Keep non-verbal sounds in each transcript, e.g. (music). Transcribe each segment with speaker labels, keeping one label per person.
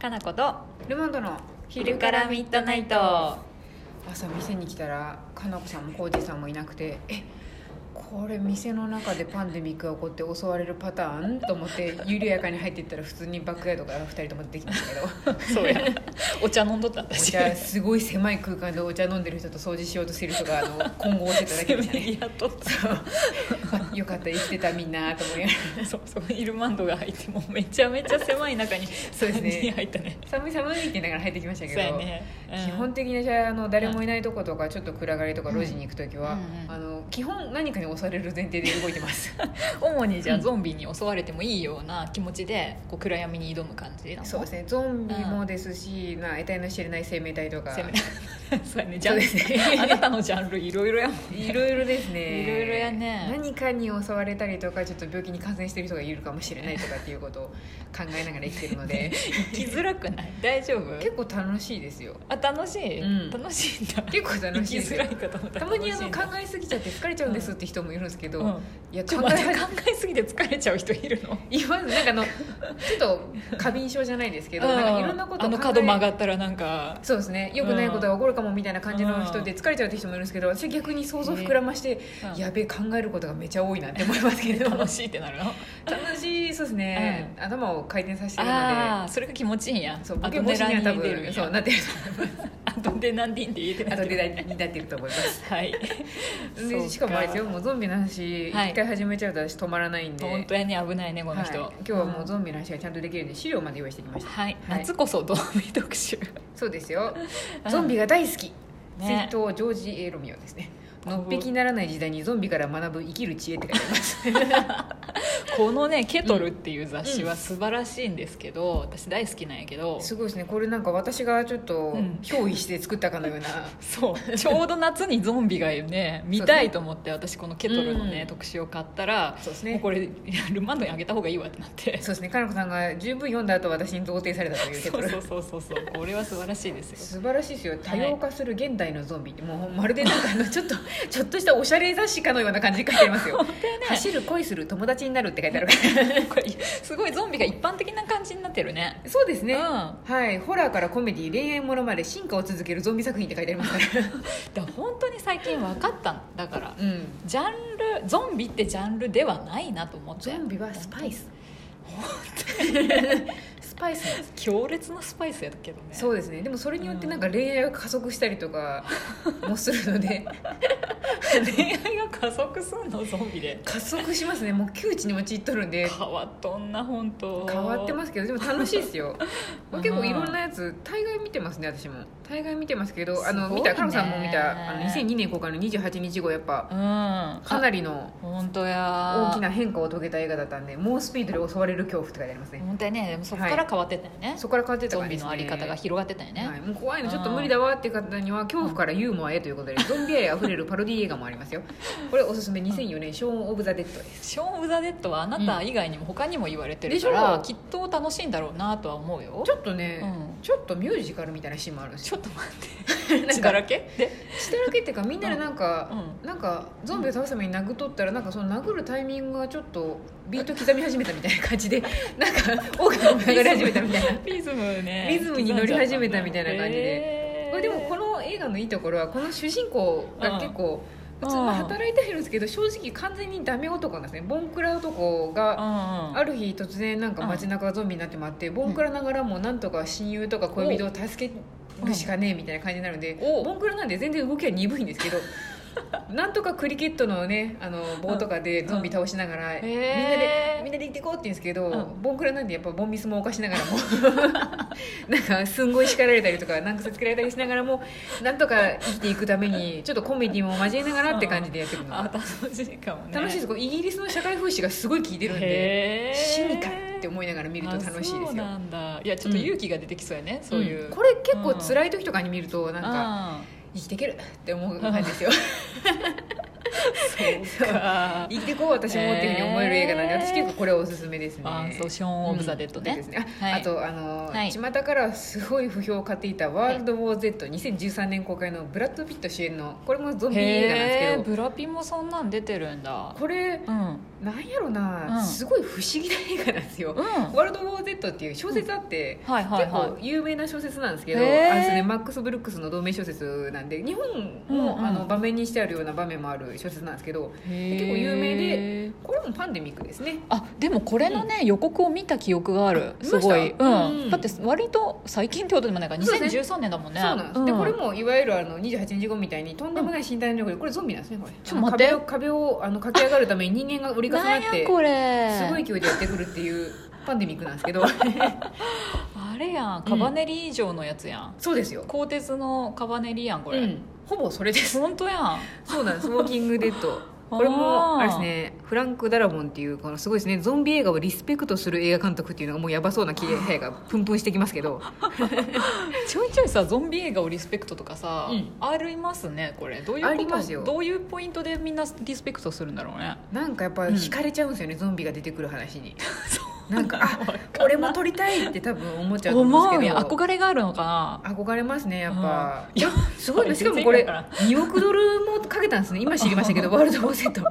Speaker 1: かなこと
Speaker 2: ルモンドの
Speaker 1: 昼からミッドナイト
Speaker 2: 朝店に来たらかなこさんもコージさんもいなくてえこれ店の中でパンデミックが起こって襲われるパターンと思って緩やかに入っていったら普通にバックヤードから2人とも出てきましたけ
Speaker 1: (laughs)
Speaker 2: ど
Speaker 1: そうやお茶飲んどった
Speaker 2: お
Speaker 1: 私
Speaker 2: 茶すごい狭い空間でお茶飲んでる人と掃除しようとしてる人があの混合してただけでしたね
Speaker 1: やっとった
Speaker 2: あ (laughs) よかった生きてたみんなと思いなが
Speaker 1: (laughs)
Speaker 2: ら
Speaker 1: そうそこにイルマンドが入ってもうめちゃめちゃ狭い中に
Speaker 2: そうですね
Speaker 1: 3人入ったね
Speaker 2: 寒い寒いって言いながら入ってきました
Speaker 1: そう
Speaker 2: け
Speaker 1: や
Speaker 2: ど、
Speaker 1: ね、うん
Speaker 2: 基本的にじゃああの誰もいないとことかちょっと暗がりとか路地に行く時は、
Speaker 1: うん
Speaker 2: あの基本何かに押される前提で動いてます
Speaker 1: (laughs) 主にじゃあゾンビに襲われてもいいような気持ちでこう暗闇に挑む感じなの
Speaker 2: そうですねゾンビもですし、な得体の知れない生命体とか
Speaker 1: せめ (laughs) そうやねジャ
Speaker 2: そうです
Speaker 1: ン
Speaker 2: ね
Speaker 1: ルあなたのジャンルいろいろやもん
Speaker 2: いろいろです
Speaker 1: (laughs)
Speaker 2: ね
Speaker 1: いろいろやね
Speaker 2: 何かに襲われたりとかちょっと病気に感染してる人がいるかもしれないとかっていうことを考えながら生きてるの
Speaker 1: (laughs)
Speaker 2: で
Speaker 1: 生きづらくない大丈夫
Speaker 2: 結構楽しいですよ
Speaker 1: あ楽しい、
Speaker 2: うん
Speaker 1: 楽しいんだ
Speaker 2: 結構楽し
Speaker 1: 生
Speaker 2: いで
Speaker 1: き (laughs)
Speaker 2: す
Speaker 1: づ
Speaker 2: よ
Speaker 1: らいかと思った
Speaker 2: た
Speaker 1: ら
Speaker 2: まにあの
Speaker 1: 楽しいん
Speaker 2: 考
Speaker 1: だ
Speaker 2: えすぎちゃって疲れちゃうんですって人もいるんですけど、
Speaker 1: うん
Speaker 2: いや
Speaker 1: ちょ
Speaker 2: 考
Speaker 1: っと待っ
Speaker 2: え
Speaker 1: て考えすぎて疲れちゃう人いるの
Speaker 2: いますなんかあ
Speaker 1: (laughs)
Speaker 2: のちょっと過敏症じゃないですけど、
Speaker 1: うん
Speaker 2: なんかいろんなこと
Speaker 1: あ
Speaker 2: を考
Speaker 1: の
Speaker 2: え
Speaker 1: 角曲がったらなんか
Speaker 2: そうですねよくないことが起こるかもみたいな感じの人で疲れちゃうって人もいるんですけど私逆に想像膨らまして、
Speaker 1: うん
Speaker 2: やべえ考えることがめちゃ多いなって
Speaker 1: (laughs)
Speaker 2: 思いますけど
Speaker 1: 楽しいってなるの
Speaker 2: 楽しいそうですね、頭を回転させてるの
Speaker 1: ああそれが気持ちいいんや
Speaker 2: でそうボケ
Speaker 1: 後
Speaker 2: 防
Speaker 1: で
Speaker 2: 止には多
Speaker 1: 何出る
Speaker 2: 分
Speaker 1: ん
Speaker 2: そう
Speaker 1: や
Speaker 2: なってる
Speaker 1: 後で何人って言えて
Speaker 2: と
Speaker 1: な
Speaker 2: 後
Speaker 1: い
Speaker 2: でだいになってると思
Speaker 1: (laughs)
Speaker 2: います
Speaker 1: はいそう
Speaker 2: でしかもあれですよもうゾンビの話一
Speaker 1: はい
Speaker 2: 回始めちゃうと私止まらないんで、
Speaker 1: 本当やね危ないねこの人、
Speaker 2: はい今日はもうゾンビの話がちゃんとできるんで資料まで用意してきました
Speaker 1: はい、夏こそ (laughs) ゾンビ特集
Speaker 2: そうですよ
Speaker 1: (laughs) う。ん
Speaker 2: ゾンビが大好き。
Speaker 1: ね
Speaker 2: 追悼ジョージ・エロミオですね。のっぺきならない時代にゾンビから学ぶ生きる知恵って書いてあります。
Speaker 1: このね「ケトル」っていう雑誌は素晴らしいんですけど、私大好きなんやけど
Speaker 2: すごいですね。これなんか私がちょっと
Speaker 1: うん
Speaker 2: 憑依して作ったかのような。
Speaker 1: そうちょうど夏にゾンビがね見たいと思って私この「ケトル」のね、
Speaker 2: うん
Speaker 1: 特集を買ったら
Speaker 2: そうです
Speaker 1: もう
Speaker 2: ね
Speaker 1: こ。れいやルマンドにあげた方がいいわってなって
Speaker 2: そうですね。かなこさんが十分読んだ後私に贈呈されたという結
Speaker 1: そ
Speaker 2: 果
Speaker 1: うそうそうそうそうこれは素晴らしいですよ
Speaker 2: 素晴らしいですよ多様化する現代のゾンビってもうまるでなんかあのちょっと (laughs) ちょっとしたおしゃれ雑誌かのような感じで書いてありますよ、走る恋する友達になるって書いてあるから
Speaker 1: これすごいゾンビが一般的な感じになってるね
Speaker 2: そうですね、
Speaker 1: うん
Speaker 2: はいホラーからコメディ恋愛ものまで進化を続けるゾンビ作品って書いてありますから
Speaker 1: だから本当に最近分かったんだから
Speaker 2: うん
Speaker 1: ジャンルゾンビってジャンルではないなと思って
Speaker 2: ゾンビはスパイススパイスなんです
Speaker 1: 強烈なスパイスやけどね
Speaker 2: そうですねでもそれによってなんか恋愛が加速したりとかもするので
Speaker 1: 恋愛が加速すんのゾンビで
Speaker 2: 加速しますねもう窮地に陥っとるんで
Speaker 1: 変わっとんな本当
Speaker 2: 変わってますすけどでも楽しいですよ
Speaker 1: うん
Speaker 2: 結構いろんなやつ大概見てますね私も大概見てますけどあ
Speaker 1: す
Speaker 2: の
Speaker 1: ごい
Speaker 2: 見
Speaker 1: ね
Speaker 2: たカロさんも見たあの2002年公開の28日後やっぱ
Speaker 1: うん
Speaker 2: か
Speaker 1: あ
Speaker 2: なりの
Speaker 1: 本当や
Speaker 2: 大きな変化を遂げた映画だったんで猛スピードで襲われる恐怖って書いてありますね
Speaker 1: 本当やねでもそこから変わってったよね、
Speaker 2: そこから変わってった
Speaker 1: ゾ
Speaker 2: 感
Speaker 1: ン
Speaker 2: じ
Speaker 1: ビ
Speaker 2: です
Speaker 1: の
Speaker 2: ね
Speaker 1: あり方が広がってたよね、
Speaker 2: はい、もう怖いのちょっと無理だわって方には恐怖からユーモアへとい
Speaker 1: (laughs)
Speaker 2: うことでゾンビ愛あふれるパロディ映画もありますよこれおすすめ2004年「ショーン・オブ・ザ・デッド」です
Speaker 1: ショーン・オブ・ザ・デッドはあなた以外にも他にも言われてるから、
Speaker 2: うんで
Speaker 1: きっと楽しいんだろうなとは思うよ
Speaker 2: ちょっとね、
Speaker 1: うん
Speaker 2: ちょっとミュージカルみたいなシーンもあるんです
Speaker 1: ち
Speaker 2: よ
Speaker 1: ょっと待って
Speaker 2: なんか
Speaker 1: 血だらけで
Speaker 2: 血だらけっていうかみんなでなんか、
Speaker 1: う
Speaker 2: なんかゾンビを倒すために殴っとったらなんかその殴るタイミングがちょっとビート刻み始めたみたいな
Speaker 1: (laughs)
Speaker 2: 感じでなんか音楽が流れ始めたみたいな
Speaker 1: リズムね
Speaker 2: リズムに乗り始めたみたいな感じで
Speaker 1: えー
Speaker 2: これでもこの映画のいいところはこの主人公が結構
Speaker 1: うん
Speaker 2: 普通は働いてるんですけど正直完全にダメ男なんですねボンクラ男が
Speaker 1: うんうん
Speaker 2: ある日突然なんか街中がゾンビになってもらってボンクラながらもなんとか親友とか恋人を助けるしかねえみたいな感じになるんで
Speaker 1: お
Speaker 2: ボンクラなんで全然動きは鈍いんで
Speaker 1: (laughs)
Speaker 2: すけどなんとかクリケットのねあの棒とかでゾンビ倒しながらみんな
Speaker 1: へ
Speaker 2: で
Speaker 1: え
Speaker 2: みんなで行っていこうって言うんですけど、
Speaker 1: うん
Speaker 2: ボンクラなんでやっぱボンミスも犯しながらも (laughs) なんかすんごい叱られたりとかなんかさつけられたりしながらもなんとか生きていくためにちょっとコメディも交えながらって感じでやっていくの
Speaker 1: あ
Speaker 2: が
Speaker 1: 楽しいかもね
Speaker 2: 楽しいですこうイギリスの社会風刺がすごい効いてるんで。
Speaker 1: へー
Speaker 2: シニカルって思いながら見ると楽しい
Speaker 1: あ
Speaker 2: で
Speaker 1: そう
Speaker 2: すよ
Speaker 1: なんだいやちょっと勇気が出てきそうやね、そういう、
Speaker 2: んこれ結構辛い時とかに見るとなんか
Speaker 1: あ (laughs)
Speaker 2: 生きていけるって思う感じですよ
Speaker 1: そうか
Speaker 2: 行ってこう私もっていうふうに思える映画なんで、
Speaker 1: えー
Speaker 2: 私結構これおすすめですね
Speaker 1: あそうショーン・オブ・ザ・デッドね,、
Speaker 2: うんですねあ
Speaker 1: はい
Speaker 2: あとあの、
Speaker 1: はい
Speaker 2: 巷からはすごい不評を買っていた「ワールド・ウォー・ゼット」2013年公開のブラッド・ピット主演のこれもゾンビ映画なん
Speaker 1: へえ
Speaker 2: ですけど
Speaker 1: ブラピもそんなん出てるんだ
Speaker 2: これ
Speaker 1: うん
Speaker 2: なんやろな、
Speaker 1: うん
Speaker 2: すごい不思議な映画なんですよ
Speaker 1: うん
Speaker 2: 「ワールド・ウォー・ゼット」っていう小説あって、
Speaker 1: はいはい
Speaker 2: 結
Speaker 1: は
Speaker 2: 構有名な小説なんですけど、
Speaker 1: へー
Speaker 2: あれですね、マックス・ブルックスの同名小説なんで日本の,、
Speaker 1: うんうん
Speaker 2: あの場面にしてあるような場面もある小説なんですけど
Speaker 1: いへえ
Speaker 2: 結構有名でこれもパンデミックですね
Speaker 1: あでもこれのね、予告を見た記憶がある
Speaker 2: 見
Speaker 1: す
Speaker 2: ました
Speaker 1: ごい、うん
Speaker 2: うん
Speaker 1: だって割と最近ってことでもないから
Speaker 2: そうですね
Speaker 1: 2013年だもんね
Speaker 2: そうなんです、でこれ
Speaker 1: も
Speaker 2: もいわゆるあの28日後みたいにとんでもない身体能力でこれゾンビなんですねこれ
Speaker 1: ちょっと待って
Speaker 2: あの壁を壁をあの駆け上がるために人間が折り重な
Speaker 1: な
Speaker 2: っ
Speaker 1: んや
Speaker 2: て
Speaker 1: これ
Speaker 2: すごい勢いでやってくるっていうパンデミックなんです
Speaker 1: (laughs)
Speaker 2: けど
Speaker 1: あれやんカバネリ以上のやつやん、
Speaker 2: そうですよ
Speaker 1: 鋼鉄のカバネリやんこれ、
Speaker 2: うん、ほぼそれです
Speaker 1: 本当やん
Speaker 2: (laughs) そうなんです「ウォーキング・デッド」これ
Speaker 1: あ
Speaker 2: も
Speaker 1: ー
Speaker 2: あれですねフランク・ダラモンっていうこのすごいですねゾンビ映画をリスペクトする映画監督っていうのがもうやばそうな気配がプンプンしてきますけど
Speaker 1: ちょいちょいさゾンビ映画をリスペクトとかさ、
Speaker 2: うん
Speaker 1: ありますねこれどういう
Speaker 2: あ
Speaker 1: こ
Speaker 2: り
Speaker 1: と
Speaker 2: ますよ
Speaker 1: どういうポイントでみんなリスペクトするんだろうね
Speaker 2: なんかやっぱ惹かれちゃうんですよね、ゾンビが出てくる話になんか
Speaker 1: わかんない
Speaker 2: あ俺も撮りたいって多分思っちゃうと思
Speaker 1: 思
Speaker 2: うん
Speaker 1: う
Speaker 2: です
Speaker 1: や
Speaker 2: け
Speaker 1: ん
Speaker 2: ど
Speaker 1: 憧れがあるのかな
Speaker 2: 憧れますねやっぱ、
Speaker 1: うん
Speaker 2: いやすごいねしかも
Speaker 1: 全
Speaker 2: これ
Speaker 1: 然
Speaker 2: 2億ドルもかけたんですね今知りましたけ
Speaker 1: (laughs)
Speaker 2: どワールド・ウォーセット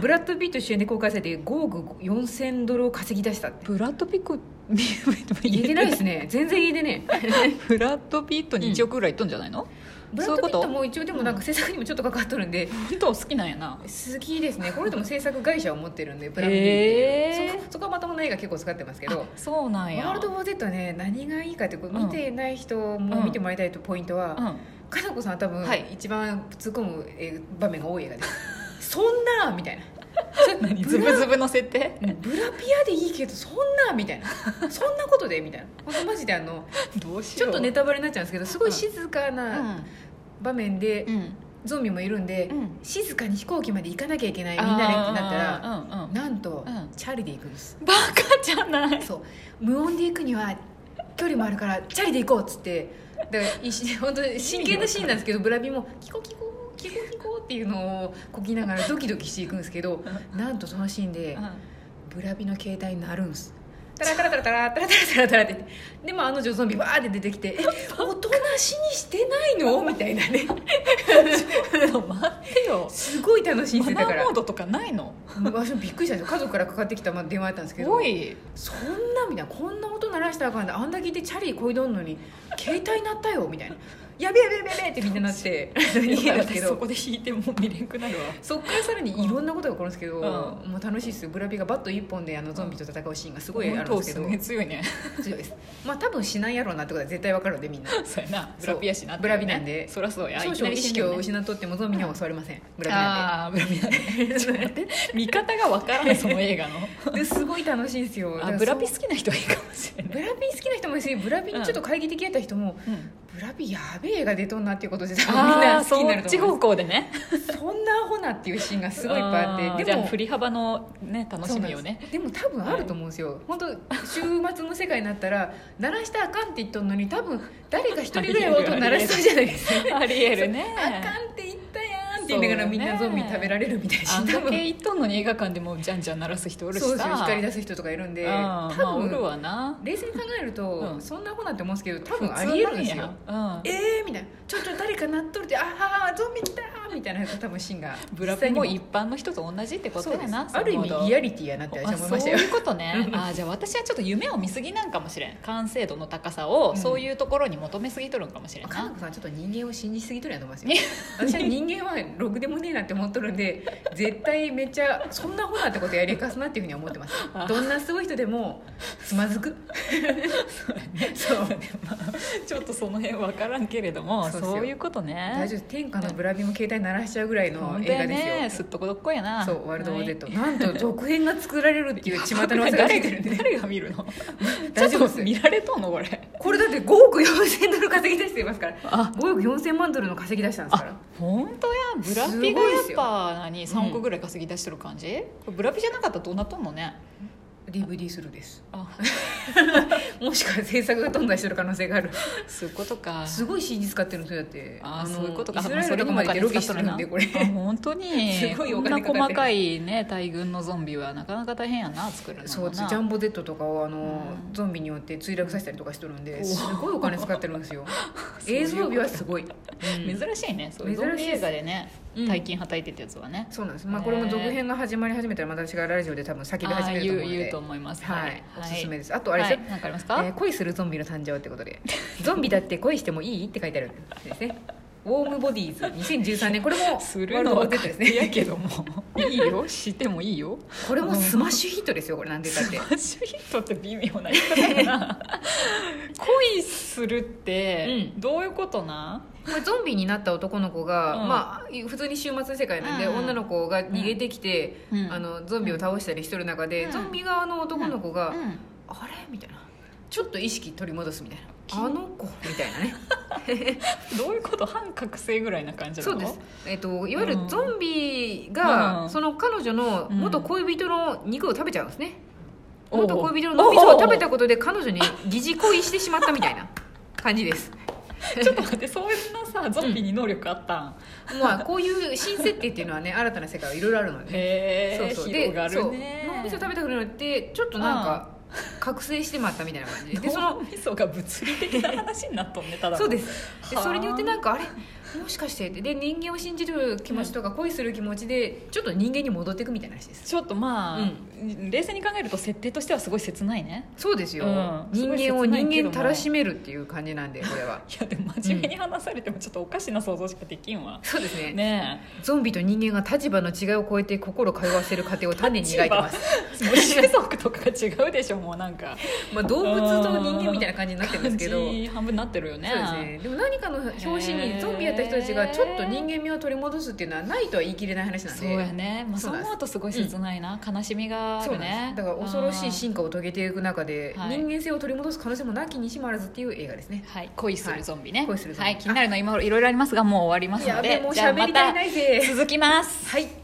Speaker 2: ブラッド・ピット主演で公開されて5億4000ドルを稼ぎ出したって
Speaker 1: ブラッド・ピック (laughs)
Speaker 2: 言えてないですね全然言えてね
Speaker 1: ブラッド・ピットに1億ぐらいいっとんじゃないの、
Speaker 2: ブラ
Speaker 1: そう
Speaker 2: ッ
Speaker 1: いうこ
Speaker 2: ド・ピッ
Speaker 1: と
Speaker 2: トも一応でもなんか制作にもちょっと関わっとるんで
Speaker 1: 本当好きなんやな
Speaker 2: 好きですねこれでも制作会社を持ってるんでブラッド・ピットってい
Speaker 1: へー
Speaker 2: うそこそこはまともな映画結構使ってますけど
Speaker 1: そうなんや
Speaker 2: ワールド・ウォー・ゼットはね何がいいかってこう見てない人も見てもらいたいとポイントは、
Speaker 1: うん
Speaker 2: かなこさんは多分、
Speaker 1: はい
Speaker 2: 一番突っ込むえー場面が多い映
Speaker 1: (laughs)
Speaker 2: 画ですそんなみたいなそ
Speaker 1: 何
Speaker 2: ブ
Speaker 1: ズ
Speaker 2: ラ
Speaker 1: ブズブの設定
Speaker 2: ブラピアでいいけどそんなみた
Speaker 1: (laughs)
Speaker 2: いなそんなことでみたいなほんとマジであの
Speaker 1: どうし
Speaker 2: ちょっとネ
Speaker 1: タ
Speaker 2: タバレになっちゃうんですけどすごい静か
Speaker 1: う
Speaker 2: なん場面で、
Speaker 1: うん
Speaker 2: ゾンビもいるんで、
Speaker 1: うん
Speaker 2: 静かに飛行機まで行かなきゃいけないみんなでってなったら
Speaker 1: らうんうん
Speaker 2: なんと、
Speaker 1: うん
Speaker 2: チャリで行くんです
Speaker 1: バカじゃない
Speaker 2: そう無音で行くには距離もあるからチャリで行こうっつってだから一本当に真剣なシーンなんですけどブラビも「キコキコキコキコ」っていうのをこきながらドキドキしていくんですけどなんとそのシーンでブラビの携帯鳴るんですタラタラタラタラタラタラタラタラってでもあの女ゾンビバーって出てきて「えおとなしにしてないの?」みたいなね
Speaker 1: ちょっと待ってよ
Speaker 2: すごい楽しん
Speaker 1: マ
Speaker 2: で
Speaker 1: ナ
Speaker 2: たか
Speaker 1: ー
Speaker 2: ら
Speaker 1: モードとかないの
Speaker 2: (laughs) 私もびっくりしたんですよ家族からかかってきた電話やったんですけ
Speaker 1: す
Speaker 2: ど
Speaker 1: ごい
Speaker 2: そんなみたいなこんな音鳴らしたらあかんであんだけいてチャリこいどんのに携帯鳴ったよみたいなやべやべやべやべってみんなな
Speaker 1: (laughs)
Speaker 2: って逃げたんです
Speaker 1: 私
Speaker 2: け
Speaker 1: そ
Speaker 2: ど
Speaker 1: こで引いてもう見れんくなるわ
Speaker 2: そっからさらにいろんなことが起こるんですけど、
Speaker 1: うん
Speaker 2: もう楽しいですよブラビがバット一本であのゾンビと戦うシーンがすごいあるんですけど、
Speaker 1: 本当おすすめ強いね
Speaker 2: 強いですまあ多分しないやろうなってことは絶対わかるんでみんな
Speaker 1: そうやなブラピやしな
Speaker 2: そうブラピなんで
Speaker 1: そらそうや
Speaker 2: 少
Speaker 1: いきな
Speaker 2: 々
Speaker 1: り
Speaker 2: 意
Speaker 1: 死ん
Speaker 2: 識
Speaker 1: でも
Speaker 2: を
Speaker 1: ね
Speaker 2: 失っとってもゾンビには襲われません、ブラビなん
Speaker 1: ああーブラピなんで (laughs) ちょっと待って見方がわからないその映画の
Speaker 2: でですごい楽しいですよだか
Speaker 1: あ
Speaker 2: ら
Speaker 1: ブラピ
Speaker 2: そう
Speaker 1: 好きな人はいいかもしれな
Speaker 2: ブ
Speaker 1: い、
Speaker 2: ラピ好きな人もいるしブラピにちょっと懐疑的やった人も、
Speaker 1: うん、
Speaker 2: ブラピやべえ映画出とんなっていうことで多分みん
Speaker 1: あ
Speaker 2: な
Speaker 1: あ
Speaker 2: 好きにな
Speaker 1: そ
Speaker 2: る
Speaker 1: っ
Speaker 2: と
Speaker 1: ち
Speaker 2: 思うん
Speaker 1: 方向でね
Speaker 2: (laughs) ですそんなアホなっていうシーンがすごいいっぱいあって
Speaker 1: で
Speaker 2: で
Speaker 1: も
Speaker 2: も
Speaker 1: 振り幅のね楽しみをね
Speaker 2: そうなんですでも多分あると思うんですよ、本当週末の世界になったら鳴らしたらあかんって言っとんのに多分誰か一人ぐらいは音鳴らしそうじゃないです (laughs) か
Speaker 1: ありえるね
Speaker 2: あかんって言ったやんって言いながらみんなゾンビ食べられるみたいな
Speaker 1: あん
Speaker 2: 多
Speaker 1: だ
Speaker 2: 分
Speaker 1: け一トンのに映画館でもじゃんじゃん鳴らす人おるしさ
Speaker 2: そうですよ光出す人とかいるんで
Speaker 1: うんま
Speaker 2: 多
Speaker 1: あおる
Speaker 2: 分
Speaker 1: わな
Speaker 2: 冷静に考えると、
Speaker 1: うん
Speaker 2: そんなアホなんて思うんですけど多分ありえるんですよ
Speaker 1: 普通なんやうん
Speaker 2: えーみたいなちょっと誰か鳴っとるってああゾンビ来たーみたいな多分シーンが
Speaker 1: ブラピも一般の人と同じってこと
Speaker 2: そう
Speaker 1: や
Speaker 2: です
Speaker 1: な
Speaker 2: ある意味リアリティやなって私は
Speaker 1: あ
Speaker 2: 思い
Speaker 1: そ
Speaker 2: ま
Speaker 1: う
Speaker 2: したよ
Speaker 1: いうこと
Speaker 2: (laughs)
Speaker 1: ね
Speaker 2: うん
Speaker 1: あーじゃあ私はちょっと夢を見すぎなんかもしれん完成度の高さを
Speaker 2: うん
Speaker 1: そういうところに求めすぎとるんかもしれん
Speaker 2: か
Speaker 1: な、
Speaker 2: なこさんちょっと人間を信じすぎとるやと思いますよ私は (laughs) 人間はろくでもねえなって思っとるんで絶対めっちゃそんなほなってことやりかすなっていうふうには思ってます
Speaker 1: あ
Speaker 2: どんなすごい人でもつまずくそう
Speaker 1: ちょっとその辺分からんけれども
Speaker 2: (laughs)
Speaker 1: そ
Speaker 2: そ
Speaker 1: うう
Speaker 2: ですよ
Speaker 1: いうことね
Speaker 2: 大丈夫天下のブラビも携帯鳴らしちゃうぐらいの
Speaker 1: 本
Speaker 2: 映
Speaker 1: 当
Speaker 2: 画
Speaker 1: やね
Speaker 2: です
Speaker 1: す
Speaker 2: よ
Speaker 1: っとこどっこやな
Speaker 2: そう「ワールド・オ
Speaker 1: は
Speaker 2: ブ・
Speaker 1: い
Speaker 2: デッド」なんと続編が作られるっていう巷の噂が
Speaker 1: 誰
Speaker 2: 出てるん
Speaker 1: が
Speaker 2: で
Speaker 1: 誰が見るの
Speaker 2: (laughs) 大
Speaker 1: ち
Speaker 2: 丈
Speaker 1: ょっ
Speaker 2: 夫です
Speaker 1: と見られとんのこれ
Speaker 2: これだって5億4000ドル稼ぎ出してますから
Speaker 1: あ
Speaker 2: 5億4000万ドルの稼ぎ出したんですから
Speaker 1: 本当やブラピがやっぱ何3億ぐらい稼ぎ出してる感じ、これブラピじゃなかったらどうなっとんのね、
Speaker 2: DVD するです
Speaker 1: あ
Speaker 2: もしくは制作が飛んだりしてる可能性がある
Speaker 1: (laughs) そういうことか
Speaker 2: すごい CD 使ってるんですよだって
Speaker 1: あー
Speaker 2: の
Speaker 1: そういうことか
Speaker 2: イスラエ
Speaker 1: れ
Speaker 2: ルとかまで行ってロケしてるんでこれ
Speaker 1: 本当に
Speaker 2: すごいお金かかってる
Speaker 1: こんな細かいね大群のゾンビはなかなか大変やな作るのもな
Speaker 2: (laughs) そうジャンボデッドとかをあの、
Speaker 1: うん
Speaker 2: ゾンビによって墜落させたりとかしてるん
Speaker 1: お
Speaker 2: で
Speaker 1: ー
Speaker 2: すごいお金使ってるんですよ
Speaker 1: (laughs) そういう
Speaker 2: 映
Speaker 1: こと
Speaker 2: 像美はすごい、うん
Speaker 1: (laughs) 珍しいねそういうゾ
Speaker 2: 珍しい
Speaker 1: ンビ映画でね
Speaker 2: うん
Speaker 1: 大金はたいてってやつはね、
Speaker 2: そうなんです、まあ、これも続編が始まり始めたらまた私がラジオで多分叫び
Speaker 1: ああ
Speaker 2: 始める
Speaker 1: 言う
Speaker 2: と思うの
Speaker 1: 言う
Speaker 2: で
Speaker 1: と思います
Speaker 2: はい、おすすめ
Speaker 1: で
Speaker 2: ですあと
Speaker 1: す
Speaker 2: あれですよ、
Speaker 1: なんかあります
Speaker 2: え
Speaker 1: か、
Speaker 2: ー恋するゾンビの誕生」ってこ
Speaker 1: (laughs)
Speaker 2: とで「ゾンビだって恋してもいい?」って書いてあるんですね「ウォームボディーズ2013年」これも
Speaker 1: するのは
Speaker 2: 出て
Speaker 1: 勝手やけどもいいよしてもいいよ
Speaker 2: これもスマッシュヒットですよこれなんでだって
Speaker 1: マッシュヒットって微妙な言い方や
Speaker 2: (laughs)
Speaker 1: な恋するって
Speaker 2: う
Speaker 1: どういうことな、
Speaker 2: これゾンビになった男の子が、
Speaker 1: うん
Speaker 2: まあ普通に週末の世界なんで、
Speaker 1: うん
Speaker 2: 女の子が逃げてきて、
Speaker 1: うん
Speaker 2: あのゾンビを倒したりしてる中で、
Speaker 1: うん
Speaker 2: ゾンビ側の男の子が、
Speaker 1: うん
Speaker 2: あれみたいなちょっと意識取り戻すみたい
Speaker 1: き
Speaker 2: なあの子みたいなね
Speaker 1: どういうこと半覚醒ぐらいな感じなの
Speaker 2: そうです、えっといわ
Speaker 1: う
Speaker 2: ゆる
Speaker 1: ん
Speaker 2: ゾンビが、
Speaker 1: うん
Speaker 2: その彼女の元恋人の肉を食べちゃうんですね、
Speaker 1: おう
Speaker 2: 元恋人の脳みそを食べたことで彼女に疑似恋してしまったみたいな感じです
Speaker 1: (laughs) ちょっと待ってそんなさゾンビに能力あったん、
Speaker 2: (laughs) まあこういう新設定っていうのはね新たな世界はいろいろあるので
Speaker 1: へえ
Speaker 2: で
Speaker 1: 広がるね
Speaker 2: そう脳みそ食べたくなるってちょっとなんか覚醒してまったみたいな感じででそ
Speaker 1: 脳
Speaker 2: の
Speaker 1: みそが物理的な話になっとんねただの
Speaker 2: そうですで
Speaker 1: はあ
Speaker 2: それによってなんかあれもしかしてってで人間を信じる気持ちとか恋する気持ちでちょっと人間に戻っていくみたいな話です
Speaker 1: ちょっとまあ、冷静に考えると設定としてはすごい切ないね
Speaker 2: そうですよ、
Speaker 1: うん
Speaker 2: 人間を
Speaker 1: すごい切ない
Speaker 2: 人
Speaker 1: けども
Speaker 2: 間たらしめるっていう感じなんでこれ
Speaker 1: (laughs)
Speaker 2: は
Speaker 1: いやでも真面目に話されてもちょっとおかしな想像しかできんわ、
Speaker 2: そうですね
Speaker 1: ね
Speaker 2: ゾンビと人間が立場の違いを超えて心通わせる過程を丹念に描いてます
Speaker 1: (laughs) えもう種族とかが違うでしょもうなんか
Speaker 2: まあ、動物と人間みたいな感じになってるんですけど
Speaker 1: 感じ半分なってるよね
Speaker 2: そうですね、でも何かの表紙にゾンビやった人たちがちょっと人間味を取り戻すっていうのはないとは言い切れない話なんで
Speaker 1: そうやね、まあ、
Speaker 2: そ
Speaker 1: そうう
Speaker 2: なんです
Speaker 1: 思うとすごい切ないな、悲しみがあ
Speaker 2: そう
Speaker 1: る
Speaker 2: なん
Speaker 1: ね
Speaker 2: ですだから恐ろしい進化を遂げていく中で
Speaker 1: はい
Speaker 2: 人間性を取り戻す可能性もなきにしもあらずっていう映画ですね、
Speaker 1: はい、恋するゾンビね、
Speaker 2: は
Speaker 1: はいい、
Speaker 2: 恋するゾンビ
Speaker 1: 気になるの今頃いろいろありますがもう終わりますの
Speaker 2: やべ
Speaker 1: で
Speaker 2: もう
Speaker 1: じゃあま
Speaker 2: 喋り足り
Speaker 1: た
Speaker 2: ないぜ
Speaker 1: 続きます
Speaker 2: はい